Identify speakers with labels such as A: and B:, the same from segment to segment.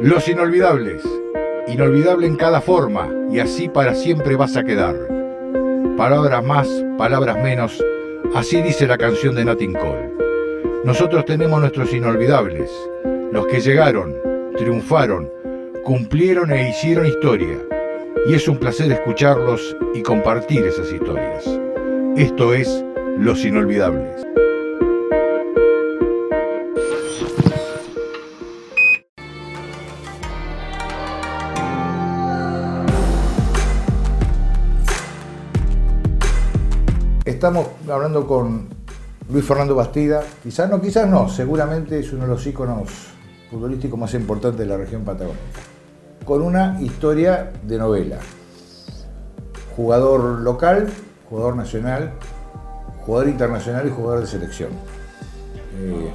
A: Los inolvidables. Inolvidable en cada forma y así para siempre vas a quedar. Palabras más, palabras menos, así dice la canción de Nat King Cole. Nosotros tenemos nuestros inolvidables, los que llegaron, triunfaron, cumplieron e hicieron historia. Y es un placer escucharlos y compartir esas historias. Esto es Los Inolvidables.
B: Estamos hablando con Luis Fernando Bastida. Quizás no, quizás no. Seguramente es uno de los íconos futbolísticos más importantes de la región patagónica. Con una historia de novela. Jugador local, jugador nacional, jugador internacional y jugador de selección. Eh,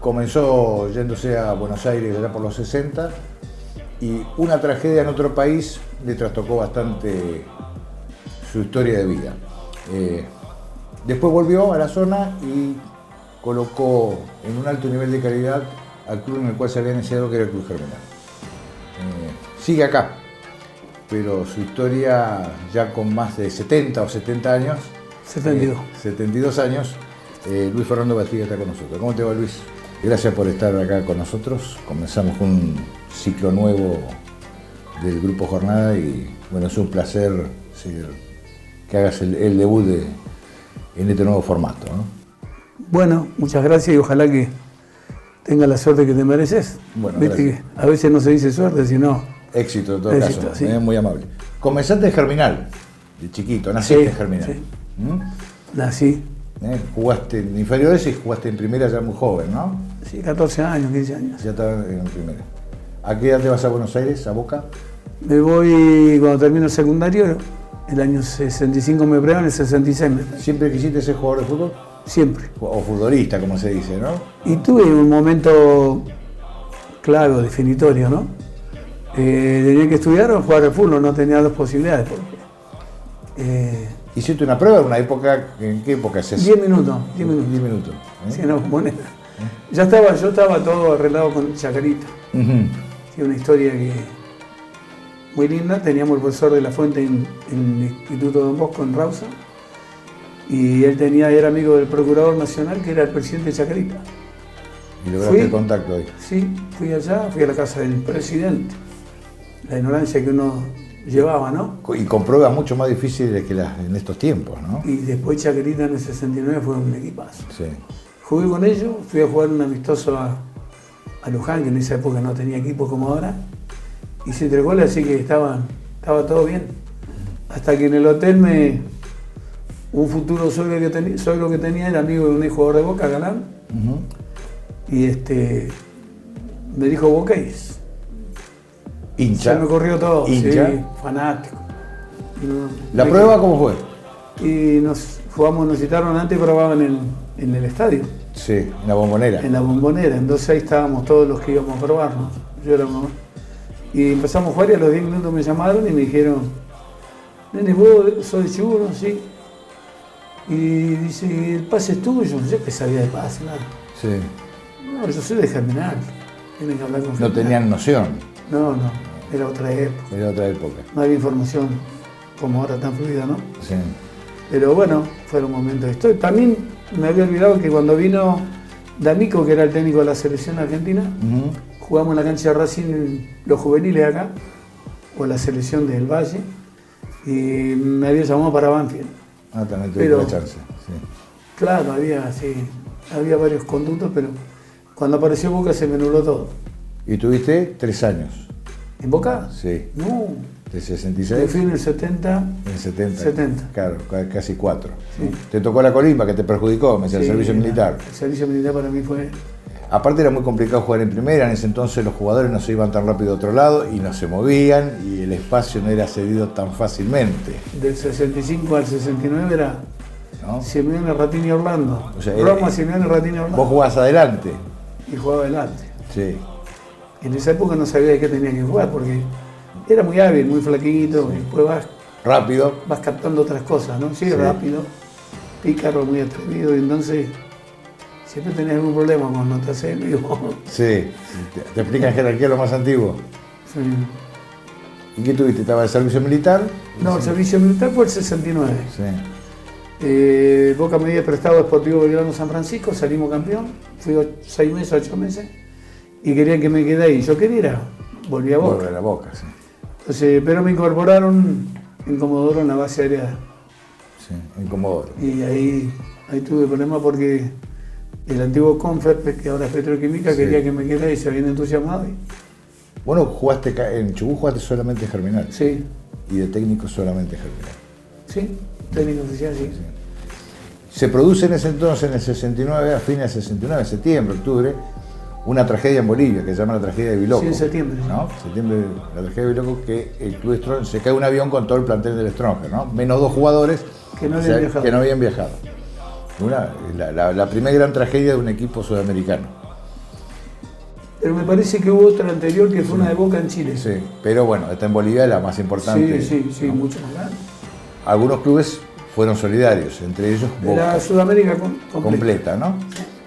B: comenzó yéndose a Buenos Aires allá por los 60 y una tragedia en otro país le trastocó bastante su historia de vida. Eh, después volvió a la zona y colocó en un alto nivel de calidad al club en el cual se había iniciado, que era el Club Germinal. Eh, sigue acá, pero su historia ya con más de 70 o 70 años,
C: 72.
B: eh, 72 años, eh, Luis Fernando Bastida está con nosotros. ¿Cómo te va Luis? Gracias por estar acá con nosotros. Comenzamos con un ciclo nuevo del Grupo Jornada y bueno, es un placer sí, que hagas el, el debut de- en este nuevo formato. ¿no?
C: Bueno, muchas gracias y ojalá que tengas la suerte que te mereces.
B: Bueno,
C: Viste
B: gracias.
C: que a veces no se dice suerte, sino
B: Éxito en todo
C: Éxito,
B: caso,
C: sí.
B: eh, muy amable. Comenzaste en Germinal, de chiquito, naciste
C: Sí,
B: en Germinal.
C: sí.
B: ¿Mm?
C: nací,
B: Eh, Jugaste en inferiores y jugaste en primera ya muy joven, ¿no?
C: sí, 14 años, 15 años.
B: Ya estaba en primera. ¿A qué edad te vas a Buenos Aires, a Boca?
C: Me voy cuando termino el secundario, el año 65 me prueban, el 66 me prueban,
B: ¿Siempre quisiste ser jugador de fútbol?
C: siempre.
B: O futbolista, como se dice, ¿no?
C: Y tuve un momento claro, definitorio, ¿no? Eh, tenía que estudiar o jugar al fútbol, no tenía dos posibilidades. Porque, eh,
B: ¿Hiciste una prueba en una época? ¿En qué época se
C: 10 minutos, 10 minutos.
B: Diez minutos, ¿eh?
C: Sí, no, moneda. Ya estaba, yo estaba todo arreglado con Chacarita.
B: Ujú.
C: Sí, una historia que muy linda. Teníamos el profesor de la fuente en, en el Instituto Don Bosco en Rausa. Y él tenía, era amigo del Procurador Nacional, que era el presidente de Chacarita.
B: Y lograste
C: Fui.
B: el contacto ahí.
C: Sí, fui allá, fui a la casa del presidente. La ignorancia que uno llevaba, ¿no?
B: Y con pruebas mucho más difíciles que las en estos tiempos, ¿no?
C: Y después Chacarita en el 69 fue un equipazo.
B: Sí.
C: Jugué con ellos, fui a jugar un amistoso a, a Luján, que en esa época no tenía equipo como ahora. Hice tres goles, así que estaba, estaba todo bien. Hasta que en el hotel me. Un futuro suegro que, tenía, suegro que tenía era amigo de un jugador de Boca, Galán,
B: Ujú.
C: y este. Me dijo Boca y
B: Hincha.
C: se me corrió todo, sí,
B: Hincha.
C: fanático. No,
B: ¿La
C: me-
B: prueba cómo fue?
C: Y nos jugamos, nos citaron antes y probaban en, en el estadio.
B: Sí, en la bombonera.
C: en la bombonera, entonces ahí estábamos todos los que íbamos a probarnos, yo era mamá. Y empezamos a jugar y a los 10 minutos me llamaron y me dijeron, nene, vos sos de Chiburo, sí. Y dice, "¿Y el pase es tuyo, yo que sabía de pase, nada.
B: Sí.
C: No, yo soy de Germinal, tienen que hablar con
B: No
C: Germinal".
B: tenían noción,
C: No, no, era otra época,
B: era otra época.
C: no había información como ahora tan fluida, ¿no?
B: Sí.
C: Pero bueno, fueron momentos históricos. También me había olvidado que cuando vino D'Amico, que era el técnico de la selección argentina,
B: Ujú.
C: Jugamos en la cancha de Racing los juveniles de acá, o la selección del Valle, y me había llamado para Banfield.
B: Ah, también tuve
C: Pero-
B: la chance. Sí.
C: Claro, había, sí, había varios conductos, pero cuando apareció Boca se me anuló todo.
B: Y tuviste tres años.
C: ¿En Boca?
B: Sí.
C: No,
B: De
C: yo
B: 66
C: fui en el 70.
B: en 70.
C: 70.
B: Claro, ca- casi cuatro.
C: Sí.
B: Te tocó la colimba que te perjudicó, me decía, el
C: sí,
B: servicio
C: era-
B: militar.
C: El servicio militar para mí fue
B: Aparte era muy complicado jugar en primera, en ese entonces los jugadores no se iban tan rápido a otro lado y no se movían y el espacio no era cedido tan fácilmente.
C: del 65 al 69, era
B: ¿no?
C: Simeone, Ratín y Orlando.
B: O sea, era-
C: Roma, Simeone, Ratín y
B: Vos
C: Orlando.
B: jugabas adelante.
C: Y jugaba adelante.
B: Sí.
C: En esa época no sabía de qué tenía que jugar porque era muy hábil, muy flaquito, y después vas,
B: Rápido.
C: vas captando otras cosas, ¿no? Sí,
B: Sí.
C: rápido, pícaro, muy atrevido, y entonces se Siempre tenés algún problema con no te haces amigo.
B: Sí, te, te explican jerarquía lo más antiguo.
C: Sí.
B: ¿Y qué tuviste? ¿Estaba de servicio militar?
C: No, el servicio militar fue el 69.
B: Sí.
C: Eh, Boca me había prestado Deportivo Belgrano San Francisco, salimos campeón, fui o- seis meses, ocho meses, y querían que me quede ahí. Yo quería, ir a- volví a Boca.
B: Volver a boca, sí.
C: Entonces, pero me incorporaron en Comodoro en la base aérea.
B: sí. En Comodoro.
C: Y ahí, ahí tuve problemas porque el antiguo Confed, que ahora es Petroquímica,
B: Sí.
C: quería que me quede y se habían entusiasmado. y-
B: Bueno, jugaste ca- en Chubut jugaste solamente Germinal.
C: sí,
B: Y de técnico solamente Germinal.
C: sí, técnico oficial, sí.
B: Se produce en ese entonces, en el 69, a fines del 69, septiembre, octubre, una tragedia en Bolivia que se llama la tragedia de Biloco.
C: Sí, en septiembre, sí.
B: ¿no? Septiembre, la tragedia de Biloco, que el club Strong, se cae un avión con todo el plantel del Stronger, ¿no? Menos dos jugadores
C: Que no
B: o
C: habían viajado.
B: que no habían viajado. Una- la, la- la primera gran tragedia de un equipo sudamericano.
C: Pero me parece que hubo otra anterior que fue una de Boca en Chile.
B: Sí, pero bueno, esta en Bolivia es la más importante. Ah.
C: sí, sí, sí, mucho más grande.
B: Algunos clubes fueron solidarios, entre ellos
C: De
B: Boca.
C: la Sudamérica com- completa.
B: completa, ¿no?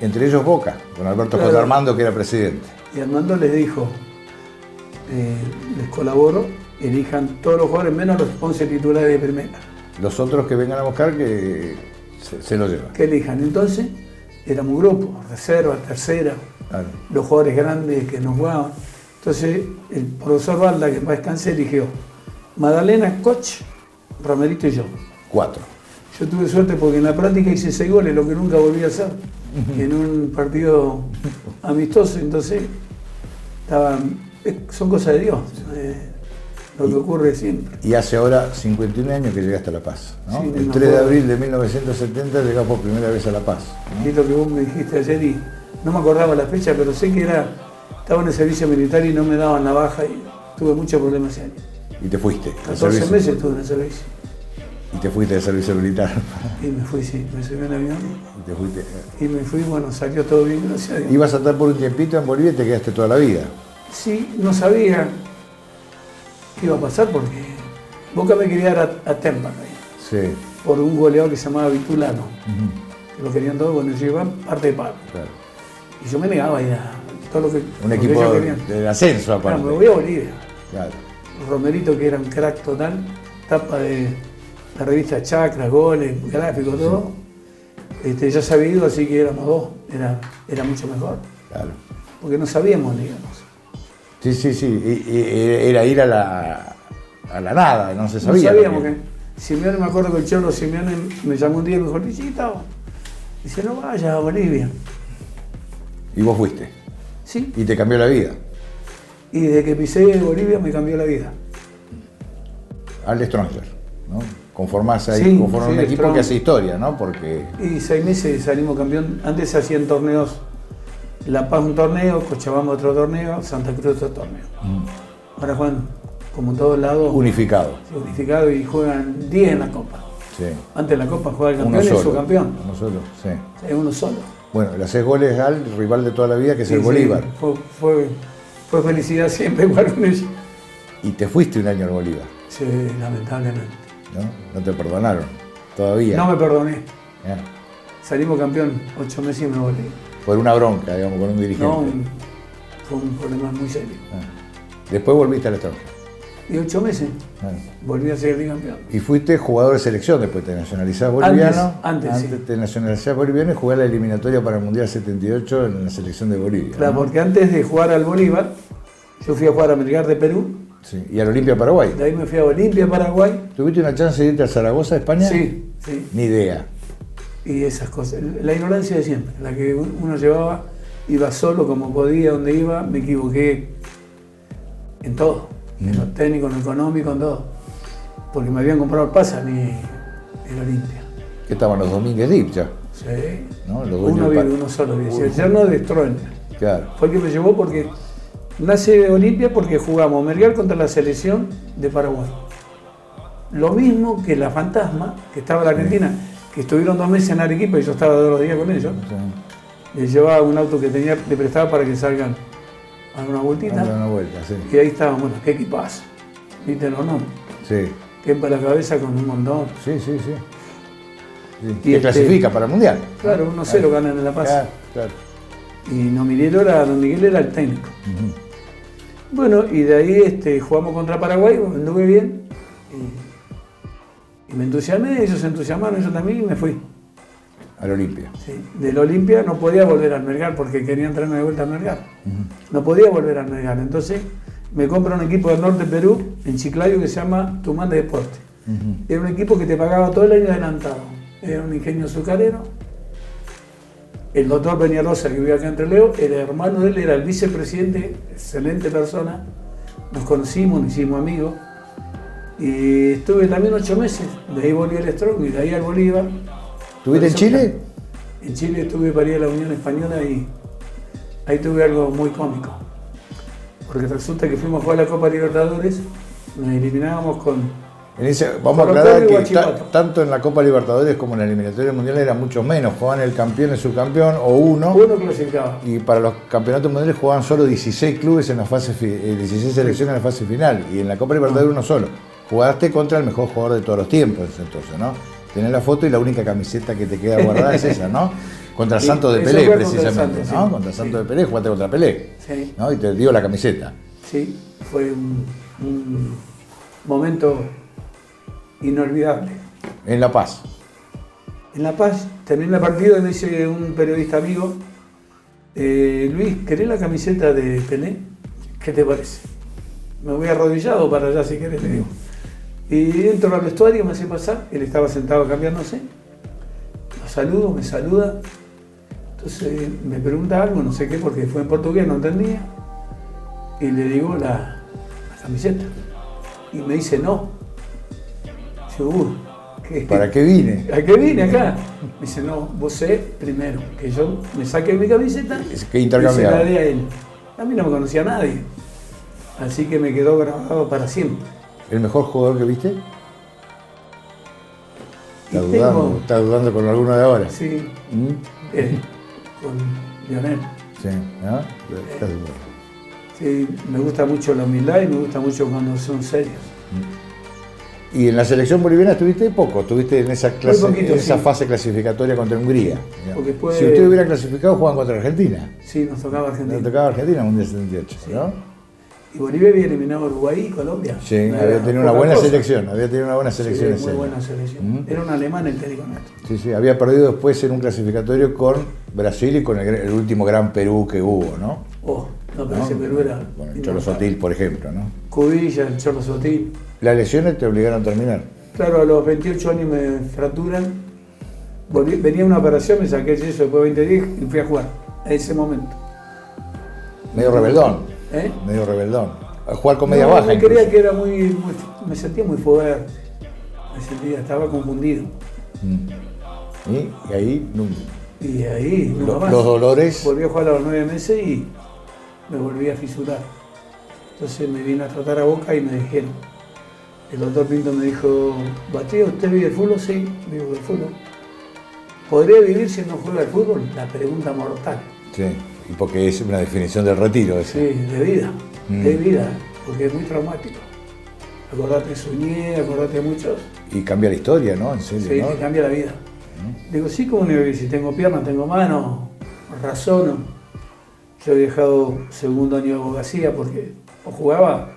B: Entre ellos Boca, con Alberto
C: Claro.
B: J. Armando, que era presidente.
C: Y Armando les dijo, eh, les colaboro, elijan todos los jugadores menos los 11 titulares de primera.
B: Los otros que vengan a buscar, que se, se lo llevan.
C: Que elijan. Entonces, éramos un grupo, reserva, tercera,
B: Claro.
C: los jugadores grandes que nos jugaban. Entonces, el profesor Balda, que para descansar, eligió Madalena, Koch, Romerito y yo.
B: Cuatro.
C: Yo tuve suerte porque en la práctica hice seis goles, lo que nunca volví a hacer, en un partido amistoso. Entonces, estaban, eh, son cosas de Dios, eh, lo que ocurre siempre.
B: Y hace ahora 51 años que llegaste a La Paz. ¿no?
C: Sí, me
B: el 3 de
C: acuerdo.
B: abril de 1970 llegás por primera vez a La Paz.
C: Y es lo que vos me dijiste ayer y no me acordaba la fecha, pero sé que era, estaba en el servicio militar y no me daban la baja y tuve muchos problemas ese año.
B: Y te fuiste. al
C: 14
B: servicio.
C: meses estuve en el servicio
B: Y te fuiste del servicio militar.
C: y me fui, sí, me subí en avión
B: Y te fuiste.
C: y me fui, bueno, salió todo bien, gracias a Dios.
B: Ibas a estar por un tiempito en Bolivia y te quedaste toda la vida.
C: Sí, no sabía qué iba a pasar porque Boca me quería dar a, a Tempa, ¿no?
B: Sí.
C: por un goleador que se llamaba Vitulano,
B: Ujú,
C: que lo querían todo cuando yo iba parte de pago.
B: claro.
C: Y yo me negaba a ir a todo lo que, lo
B: Un
C: que
B: equipo
C: ellos
B: de,
C: querían.
B: ascenso,
C: Claro,
B: aparte.
C: me voy a Bolivia.
B: Claro.
C: Romerito, que era un crack total, tapa de la revista Chacras, goles, gráficos, todo. Este, ya se había ido, así que éramos dos, era, era mucho mejor,
B: claro.
C: porque no sabíamos, digamos.
B: Sí, sí, sí. y- y- y- Era ir a la, a la nada, no se
C: No
B: sabía.
C: sabíamos
B: lo
C: que. Simeone, me acuerdo que el Cholo Simeone me llamó un día y me dijo, Luisito, dice, no vayas a Bolivia.
B: Y vos fuiste.
C: Sí.
B: Y te cambió la vida.
C: Y desde que pisé Bolivia me cambió la vida.
B: Al Stronger. ¿no? Conformás ahí,
C: Sí,
B: conformás
C: sí,
B: un equipo
C: Strong.
B: que hace historia, ¿no? Porque.
C: Y seis meses salimos campeón. Antes se hacían torneos. La Paz un torneo, Cochabamba otro torneo, Santa Cruz otro torneo. Ahora juegan, como en todos lados,
B: Unificado.
C: unificado y juegan 10 en la Copa.
B: Sí.
C: Antes en la Copa jugaba el
B: Uno
C: campeón y
B: solo.
C: el subcampeón.
B: Uno solo, sí.
C: Es uno solo.
B: Bueno, le haces goles al rival de toda la vida, que es
C: Sí,
B: el
C: sí,
B: Bolívar.
C: fue, fue, fue felicidad siempre jugar con ellos.
B: Y te fuiste un año al Bolívar,
C: Sí, lamentablemente.
B: ¿no? No te perdonaron. Todavía.
C: No me perdoné.
B: ¿eh?
C: Salimos campeón ocho meses y me volví.
B: Por una bronca, digamos, con un dirigente.
C: No, un- fue un problema muy serio.
B: Ah. Después volviste al Stronger. Ah.
C: Y ocho meses
B: Bueno.
C: volví a ser campeón.
B: Y fuiste jugador de selección después, te nacionalizás boliviano.
C: antes, sí.
B: te nacionalizás boliviano y jugás la eliminatoria para el Mundial 78 en la selección de Bolivia.
C: Claro,
B: ¿no?
C: porque antes de jugar al Bolívar, yo fui a jugar a Melgar de Perú,
B: Sí, Y al Olimpia Paraguay.
C: de ahí me fui a Olimpia, Paraguay.
B: ¿Tuviste una chance de irte a Zaragoza, España?
C: Sí, sí.
B: Ni idea.
C: Y esas cosas. La ignorancia de siempre, la que uno llevaba, iba solo como podía, donde iba, me equivoqué en todo. En lo técnico, en lo económico, en todo. Porque me habían comprado el pase a mí en Olimpia.
B: Que estaban los Domínguez Dip ya.
C: Sí.
B: ¿no? Los dueños del
C: Uno vive,
B: par-
C: uno solo vive. Si el yerno de Stroen.
B: Claro.
C: Fue el que me llevó porque nace Olimpia porque jugamos Melgar contra la selección de Paraguay. Lo mismo que la Fantasma, que estaba en la Argentina, que estuvieron dos meses en Arequipa y yo estaba todos los días con ellos.
B: Sí.
C: Les llevaba un auto que tenía, le prestaba para que salgan a una
B: Dando
C: vueltita.
B: una vuelta, sí.
C: Y ahí estaban, bueno, qué equipazo. Viste los nombres.
B: Sí,
C: Que para la cabeza con un montón.
B: sí, sí. sí. Sí,
C: Y
B: que
C: este-
B: clasifica para el mundial.
C: Claro, 1-0 ganan en La Paz.
B: Claro, claro.
C: Y Nomiriero era, Don Miguel era el técnico. Bueno, y de ahí este, jugamos contra Paraguay, anduve bien. Y, y me entusiasmé, ellos se entusiasmaron, yo también, y me fui.
B: Al Olimpia.
C: Sí, Del Olimpia no podía volver al Melgar porque querían traerme de vuelta al Melgar. No podía volver al Melgar. Entonces me compra un equipo del norte de Perú, en Chiclayo, que se llama Tumán de Deporte. Era un equipo que te pagaba todo el año adelantado. Era un ingenio azucarero. El doctor Peñalosa, que vivía acá en Leo, el hermano de él era el vicepresidente, excelente persona. Nos conocimos, nos hicimos amigos. Y estuve también ocho meses. De ahí volví al Strong y de ahí al Bolívar.
B: ¿Tuviste en
C: Por eso
B: Chile?
C: en Chile estuve para ir a la Unión Española y ahí tuve algo muy cómico. Porque resulta que fuimos a jugar la Copa Libertadores, nos eliminábamos con.
B: En ese- vamos a
C: Colo-Colo
B: aclarar
C: y
B: que
C: Guachipato.
B: ta- tanto en la Copa Libertadores como en la eliminatoria mundial era mucho menos. Jugaban el campeón, el subcampeón o uno.
C: Uno clasificaba.
B: Y para los campeonatos mundiales jugaban solo 16 clubes en la fase fi- eh, 16 selecciones en la fase final. Y en la Copa Libertadores
C: Ah.
B: uno solo. Jugaste contra el mejor jugador de todos los tiempos entonces, ¿no? Tenés la foto y la única camiseta que te queda guardada es esa, ¿no? Contra
C: Sí,
B: Santos de
C: eso
B: Pelé,
C: fue contra el
B: precisamente,
C: Santos,
B: ¿no?
C: sí.
B: Contra Santos
C: Sí.
B: de Pelé, jugaste contra Pelé,
C: Sí,
B: ¿no? Y te dio la camiseta.
C: sí, fue un, un momento inolvidable.
B: En La Paz.
C: En La Paz, terminé la partida y me dice un periodista amigo: eh, Luis, ¿querés la camiseta de Pelé? ¿Qué te parece? Me voy arrodillado para allá si querés, le digo. Y entro al vestuario, me hace pasar, él estaba sentado cambiándose. Lo saludo, me saluda. Entonces me pregunta algo, no sé qué, porque fue en portugués, no entendía. Y le digo la, la camiseta. Y me dice no. Yo, "Uh, ¿qué-
B: ¿Para qué vine?
C: ¿A qué vine acá? Me dice, no, vos sé primero que yo me saque mi camiseta
B: Es que
C: y se la
B: intercambiaba.
C: dé a él. A mí no me conocía nadie. Así que me quedó grabado para siempre.
B: ¿El mejor jugador que viste? Está
C: Y
B: dudando,
C: tengo-
B: está dudando con alguno de ahora.
C: Sí,
B: ¿Mm?
C: él, con Lionel.
B: Sí, ¿no? Está dudando.
C: Sí, me gusta mucho la humildad y me gusta mucho cuando son serios.
B: Y en la selección boliviana estuviste poco, estuviste en esa, clase,
C: poquito,
B: en esa
C: sí.
B: fase clasificatoria contra Hungría.
C: Porque fue-
B: Si usted hubiera clasificado, jugaban contra Argentina.
C: Sí, nos tocaba
B: Le
C: Argentina.
B: tocaba a Argentina en el Mundial 78, ¿no?
C: Y Bolivia había eliminado a Uruguay y Colombia.
B: Sí,
C: No era
B: había tenido una
C: poca
B: buena
C: cosa.
B: selección, había tenido una buena
C: Sí,
B: selección. ese
C: muy
B: año.
C: buena selección.
B: Mm.
C: Era un alemán el técnico nuestro.
B: Sí, sí, había perdido después en un clasificatorio con Brasil y con el, el último gran Perú que hubo, ¿no?
C: Oh, no, pero
B: ¿No?
C: ese Perú era.
B: Con el Cholo Sotil, por ejemplo, ¿no?
C: Cubilla, el Cholo Sotil.
B: Las lesiones te obligaron a terminar.
C: Claro, a los 28 años me fracturan. Volví- venía una operación, me saqué el yeso después de 20 días y fui a jugar. En ese momento.
B: Medio rebeldón.
C: ¿Eh?
B: Medio rebeldón. A jugar con media
C: No,
B: baja.
C: Me creía
B: incluso.
C: que era muy, muy- Me sentía muy fuerte. Me sentía, estaba confundido.
B: Mm. ¿Y? y ahí nunca.
C: Y ahí, nunca
B: Lo-
C: más.
B: los dolores.
C: Volví a jugar a los 9 meses y me volví a fisurar. Entonces me vine a tratar a boca y me dijeron. El doctor Pinto me dijo, Bateo, ¿usted vive el fútbol? Sí, vivo del fútbol. ¿Podría vivir si no juega al fútbol? La pregunta mortal.
B: Sí. Y porque es una definición del retiro.
C: Sí,
B: ese.
C: de vida,
B: Mm.
C: de vida, porque es muy traumático. Acordate Suñé, acordate muchos.
B: Y cambia la historia, ¿no? En serio,
C: Sí,
B: ¿no?
C: te cambia la vida. Digo, sí, como no iba a vivir? Si tengo piernas, tengo manos, razono. Yo he viajado segundo año de abogacía porque o jugaba,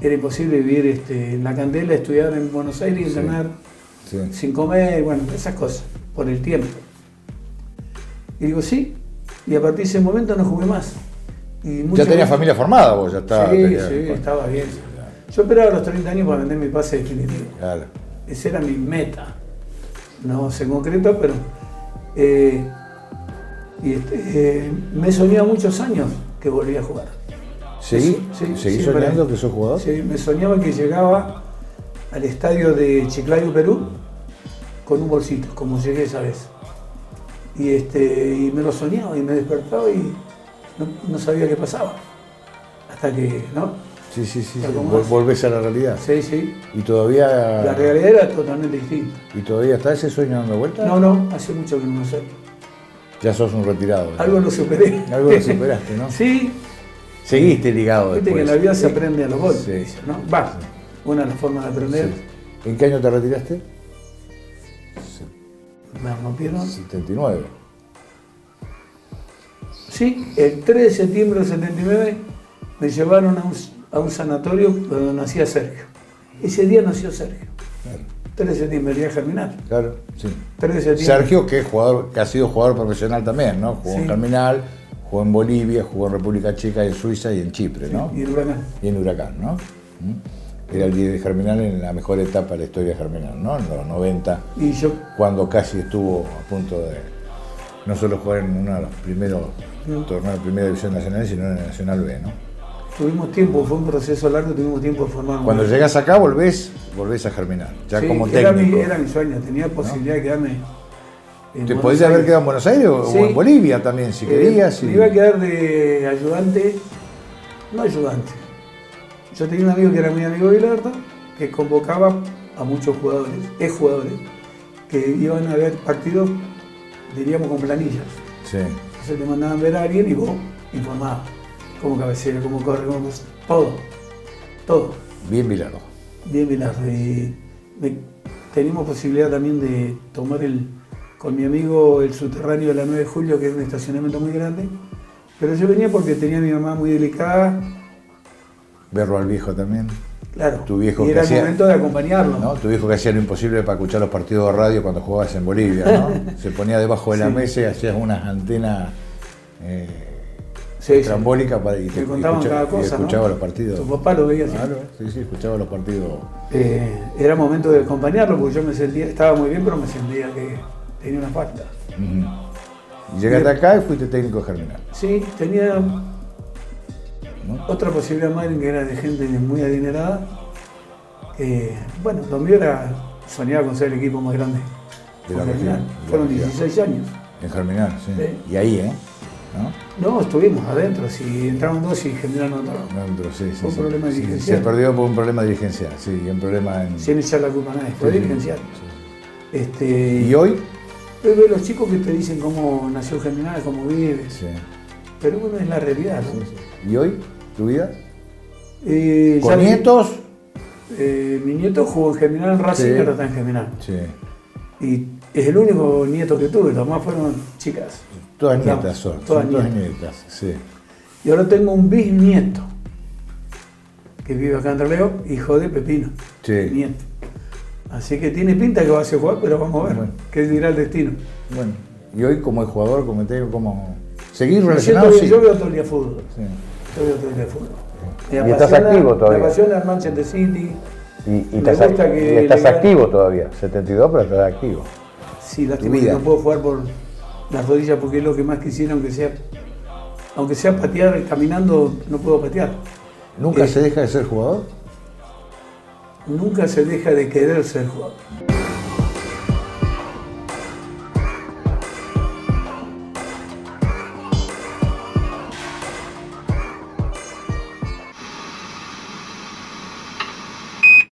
C: era imposible vivir este, en la candela, estudiar en Buenos Aires y ganar
B: Sí.
C: sin comer, bueno, esas cosas, por el tiempo. Y digo, sí, y a partir de ese momento no jugué más. Y
B: Ya
C: muchas
B: tenías
C: veces-
B: familia formada vos, ya estaba.
C: sí,
B: tenías-
C: sí, estaba bien. Yo esperaba los 30 años para vender mi pase definitivo.
B: Claro.
C: Esa era mi meta. No sé en concreto, pero. eh, y este, eh, me soñé a muchos años que volvía a jugar.
B: ¿Seguí,
C: Sí, sí,
B: ¿seguí
C: siempre.
B: soñando que sos jugador?
C: Sí, me soñaba que llegaba al estadio de Chiclayo, Perú, con un bolsito, como llegué esa vez. Y, este, y me lo soñaba y me despertaba y no, no sabía qué pasaba. Hasta que, ¿no?
B: Sí, sí, sí. sí.
C: ¿Te acomodás?
B: Vol- Volvés a la realidad.
C: Sí, sí.
B: Y todavía.
C: La realidad era totalmente distinta.
B: ¿Y todavía está ese sueño dando vuelta?
C: No, no, hace mucho que no me sueño.
B: Ya sos un retirado. ¿verdad?
C: Algo lo superé.
B: Algo lo superaste, ¿no?
C: Sí,
B: Seguiste ligado
C: viste
B: después.
C: que en la vida se aprende a los golpes,
B: Sí.
C: dice, ¿no? Va, una de las formas de aprender.
B: Sí. ¿En qué año te retiraste?
C: me rompieron.
B: 79.
C: Sí, el 3 de septiembre del 79 me llevaron a un, a un sanatorio donde nacía Sergio. Ese día nació Sergio.
B: Claro,
C: 3 de septiembre, el día germinal.
B: claro, sí.
C: 3 de septiembre.
B: Sergio, que, es jugador, que ha sido jugador profesional también, ¿no? Jugó en
C: Sí.
B: Germinal, jugó en Bolivia, jugó en República Checa, en Suiza y en Chipre, ¿no?
C: Y el huracán.
B: Y en Huracán, ¿no? ¿Mm? Era el líder de Germinal en la mejor etapa de la historia de Germinal, ¿no? En los 90,
C: Y yo,
B: cuando casi estuvo a punto de no solo jugar en uno de los primeros torneos de primera división nacional, sino en el Nacional B, ¿no?
C: tuvimos tiempo, fue un proceso largo, tuvimos tiempo de formar. un-
B: Cuando llegas acá volvés, volvés a Germinal, ya
C: Sí,
B: como
C: era
B: técnico.
C: Mi, era mi sueño, tenía posibilidad de quedarme. en
B: Te
C: Buenos
B: podés haber
C: Aires.
B: quedado en Buenos Aires o, o
C: Sí.
B: en Bolivia también, si querías. y-
C: Eh, Me iba a quedar de ayudante, no ayudante. Yo tenía un amigo que era muy amigo de Bilardo, que convocaba a muchos jugadores, exjugadores, que iban a ver partidos, diríamos, con planillas.
B: Sí,
C: Entonces te mandaban ver a alguien y vos informabas. Cómo cabecera, cómo corre, cómo... Todo. Todo.
B: bien Bilardo.
C: Bien, Bilardo. Y me- tenemos posibilidad también de tomar el, con mi amigo el subterráneo de la 9 de julio, que es un estacionamiento muy grande. Pero yo venía porque tenía a mi mamá muy delicada,
B: Berro al viejo también.
C: claro.
B: Tu viejo
C: y
B: que
C: era el
B: hacía-
C: momento de acompañarlo.
B: ¿no? Tu hijo que hacía lo imposible para escuchar los partidos de radio cuando jugabas en Bolivia, ¿no? Se ponía debajo de la
C: Sí.
B: mesa y hacías unas antenas eh,
C: Sí, sí.
B: trambólicas para, y,
C: Te contaban
B: escucha-
C: cada
B: y
C: cosa, ¿no?
B: escuchaba los partidos. Ah.
C: Tu papá lo veía así.
B: Claro, sí, sí, escuchaba los partidos.
C: Eh, era momento de acompañarlo porque yo me sentía, estaba muy bien, pero me sentía que tenía una falta.
B: Ujú. Y Llegaste
C: Bien.
B: acá y fuiste técnico de Germinal.
C: Sí, tenía
B: ¿no?
C: Otra posibilidad más que era de gente muy adinerada. que, bueno, lo mío era soñaba con ser el equipo más grande.
B: De la
C: Porque,
B: región,
C: mira,
B: de la
C: Fueron
B: región.
C: 16 años.
B: En Germinal, sí.
C: Sí.
B: Y ahí, ¿eh? ¿No?
C: No, estuvimos adentro, si entraron dos y generaron no entraba.
B: No, pero sí, sí,
C: Fue un
B: sí.
C: problema
B: Sí, sí,
C: dirigencial.
B: Se perdió por un problema dirigencial, sí, y un problema en.
C: Sin echar la culpa a nadie, fue
B: Sí, sí,
C: dirigencial.
B: sí.
C: Este,
B: ¿Y hoy?
C: hoy veo los chicos que te dicen cómo nació Germinal, cómo vives.
B: Sí.
C: Pero bueno, es la realidad. ¿no?
B: ¿Y hoy? ¿Tu vida?
C: Eh, ya
B: ¿Con
C: mi-
B: nietos?
C: eh, mi nieto jugó en Germinal, en Racing
B: Sí.
C: y ahora está en Germinal.
B: Sí.
C: Y es el único nieto que tuve, los demás fueron chicas.
B: Todas
C: No,
B: nietas son.
C: todas
B: son todas
C: nietas.
B: nietas, sí.
C: Y ahora tengo un bisnieto que vive acá en Trelew, hijo de Pepino,
B: Sí.
C: nieto. Así que tiene pinta que va a ser jugar, pero vamos a ver
B: Bueno.
C: qué dirá el destino.
B: Bueno, ¿y hoy como jugador, como técnico, como. ¿Seguís
C: Me
B: relacionado?
C: siento
B: Sí.
C: bien, Yo veo todo el día fútbol.
B: Sí.
C: Yo veo todo el día fútbol. Me
D: Y estás activo todavía.
C: Me apasiona el Manchester City.
D: Y, y
C: Me
D: estás,
C: gusta
D: act-
C: que
D: y estás
C: le-
D: activo todavía, 72, pero estás activo.
C: Sí,
B: Tu
C: lástima
B: vida.
C: que no puedo jugar por las rodillas porque es lo que más quisiera, aunque sea, aunque sea patear caminando, no puedo patear.
B: ¿Nunca
C: Eh.
B: se deja de ser jugador?
C: Nunca se deja de querer ser jugador.